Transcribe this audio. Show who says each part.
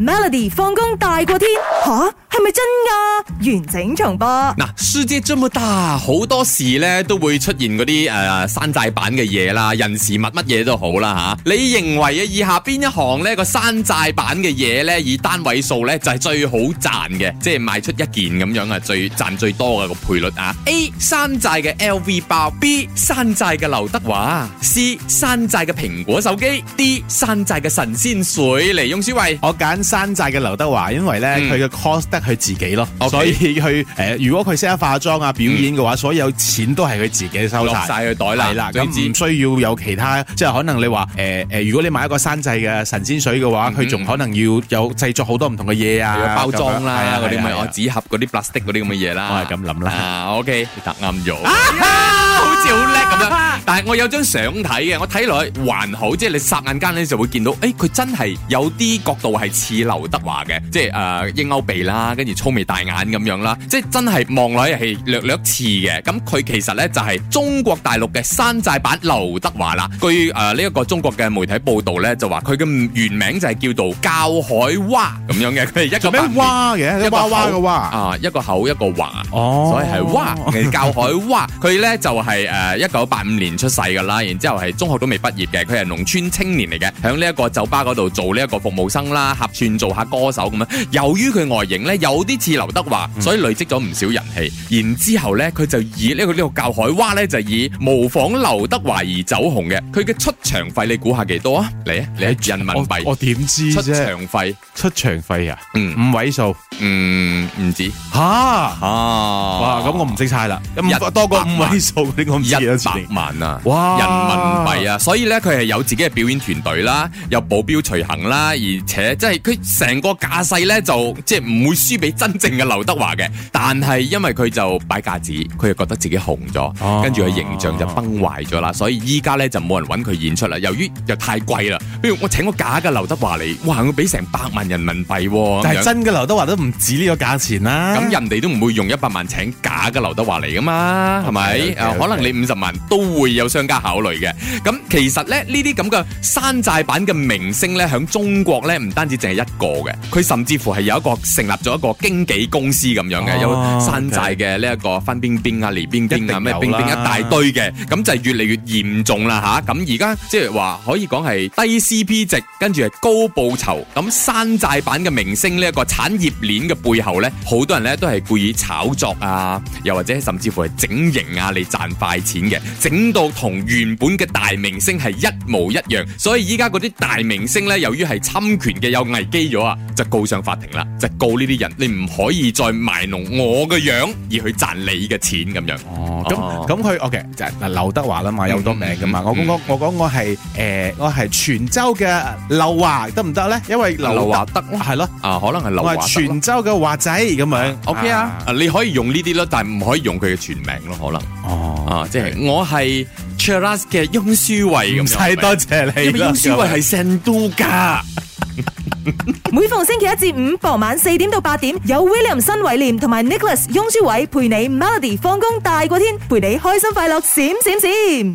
Speaker 1: Melody 放工大過天吓，係咪真㗎？完整重播。
Speaker 2: 嗱，世界這麼大，好多時咧都會出現嗰啲誒山寨版嘅嘢啦，人事物乜嘢都好啦嚇、你認為啊，以下邊一行呢個山寨版嘅嘢咧，以單位數咧就係、最好賺嘅，即係賣出一件咁樣啊，最賺最多嘅個賠率啊。A 山寨嘅 LV 包，B 山寨嘅劉德華，C 山寨嘅蘋果手機，D 山寨嘅神仙水嚟。翁書慧，
Speaker 3: 我揀山寨嘅劉德華，因為咧
Speaker 2: 嗯
Speaker 3: 佢嘅 cost 得佢自己咯
Speaker 2: OK 嗯
Speaker 3: 所以佢誒、呃如果佢識得化妝啊、表演嘅話，所有錢都係佢自己收
Speaker 2: 落
Speaker 3: 晒。
Speaker 2: 晒佢袋啦，
Speaker 3: 係啦，咁
Speaker 2: 總之
Speaker 3: 唔需要有其他，即係可能你話誒誒，如果你買一個山寨嘅神仙水嘅話，佢仲可能要有製作好多唔同嘅嘢
Speaker 2: 係
Speaker 3: 啊
Speaker 2: 啊，嗯包裝
Speaker 3: 咁樣係
Speaker 2: 啦
Speaker 3: 啊，
Speaker 2: 嗰啲咪
Speaker 3: 係啊
Speaker 2: 我紙盒嗰啲 plastic 嗰啲咁嘅嘢啦。
Speaker 3: 我係咁諗啦
Speaker 2: 啊，OK，你答 À, 啱咗。好似好叻咁樣，但係我有張相睇嘅，我睇落去還好，即係你霎眼間咧就會見到，誒、佢真係有啲角度係似劉德華嘅，即係誒、呃、鷹鈎鼻啦，跟住粗眉大眼咁樣啦，即係真係望落去係略略似嘅。咁佢其實咧就係、中國大陸嘅山寨版劉德華啦。據誒呢一個中國嘅媒體報導咧，就話佢嘅原名就係叫做教海蛙咁樣嘅，佢係一個
Speaker 3: 做咩
Speaker 2: 版名
Speaker 3: 蛙嘅？
Speaker 2: 個
Speaker 3: 蛙蛙嘅
Speaker 2: 口
Speaker 3: 蛙，
Speaker 2: 啊，一個口一個華。
Speaker 3: 哦
Speaker 2: 所以係蛙，係教海蛙。佢咧就係誒一九八五年出世㗎啦，然之後係中學都未畢業嘅，佢係農村青年嚟嘅，喺呢一個酒吧嗰度做呢一個服務生啦，客串做下歌手咁樣。由於佢外形咧有啲似劉德華，所以累積咗唔少人氣。然之後咧，佢就以呢、個呢、個教海蛙咧就以模仿劉德華而走紅嘅。佢嘅出場費你估下幾多啊？嚟啊，嚟啊人民幣
Speaker 3: 哦我我點知
Speaker 2: 出
Speaker 3: 啫？
Speaker 2: 場費，
Speaker 3: 出場費啊，
Speaker 2: 嗯
Speaker 3: 五位數
Speaker 2: 嗯唔止
Speaker 3: 嚇，
Speaker 2: 啊！
Speaker 3: 哇！咁我唔識猜啦，
Speaker 2: 一
Speaker 3: 咁多過
Speaker 2: 百
Speaker 3: 五
Speaker 2: 萬
Speaker 3: 位數嗰啲我唔知幾多
Speaker 2: 一
Speaker 3: 錢
Speaker 2: 百。萬啊！
Speaker 3: 哇
Speaker 2: 人民幣啊，所以咧佢係有自己嘅表演團隊啦，有保鏢隨行啦，而且即係佢成個架勢咧就即係唔會輸俾真正嘅劉德華嘅，但係因為佢就擺架子，佢就覺得自己紅咗，
Speaker 3: 哦
Speaker 2: 跟住佢形象就崩壞咗啦，所以依家咧就冇人揾佢演出啦，由於又太貴啦，譬如我請個假嘅劉德華嚟，哇，我俾成百萬人民幣喎、
Speaker 3: 但
Speaker 2: 咁樣
Speaker 3: 係真嘅劉德華都唔止呢個價錢啦。
Speaker 2: 咁人哋都唔會用一百萬請假嘅劉德華嚟噶嘛，係咪
Speaker 3: OK，OK，OK
Speaker 2: 啊可能你五十萬都會有商家考慮嘅。咁其實咧，呢啲咁嘅山寨版嘅明星咧，喺中國咧唔單止淨係一個嘅，佢甚至乎係有一個成立咗一個經紀公司咁樣嘅，
Speaker 3: 哦
Speaker 2: 有山寨嘅呢一個范冰冰啊、李冰冰啊、
Speaker 3: 一定有啦
Speaker 2: 咩冰冰一大堆嘅，咁就係越嚟越嚴重啦吓，咁而家即係話可以講係低 CP 值，跟住係高報酬。咁山寨版嘅明星呢一個產業鏈嘅背後咧，好多人咧都係故意炒作啊，又或者甚至乎係整形啊嚟賺快錢嘅，整到同原本嘅大明星係一模一樣。所以依家嗰啲大明星咧，由於係侵權嘅有危機咗啊，就告上法庭啦，就告呢啲人，你唔可以再賣弄我嘅樣而去賺你嘅錢咁樣。
Speaker 3: 哦，
Speaker 2: 哦
Speaker 3: 咁咁佢 OK 就係嗱劉德華啦嘛，有好多名噶嘛。
Speaker 2: 嗯
Speaker 3: 我講我我講我係誒我係泉州嘅劉華得唔得咧？因為劉
Speaker 2: 劉華
Speaker 3: 華
Speaker 2: 德
Speaker 3: 係咯，
Speaker 2: 啊，可能係劉
Speaker 3: 我
Speaker 2: 華
Speaker 3: 係
Speaker 2: 德咯
Speaker 3: 泉州嘅華仔咁樣。
Speaker 2: OK 啊，啊你可以用呢啲咯，但係唔可以用佢嘅全名咯，可能
Speaker 3: 啊，哦，
Speaker 2: 啊，即係我係 Cheras 嘅翁舒慧
Speaker 3: 唔
Speaker 2: 咁樣，
Speaker 3: 使多謝
Speaker 2: 因
Speaker 3: 你
Speaker 2: 為
Speaker 3: 啦
Speaker 2: 翁。舒慧係成都噶，
Speaker 1: 每逢星期一至五傍晚四點到八點，有 William 新偉廉同埋 Nicholas 雍舒偉陪你 Melody 放工大過天，陪你開心快樂閃閃閃。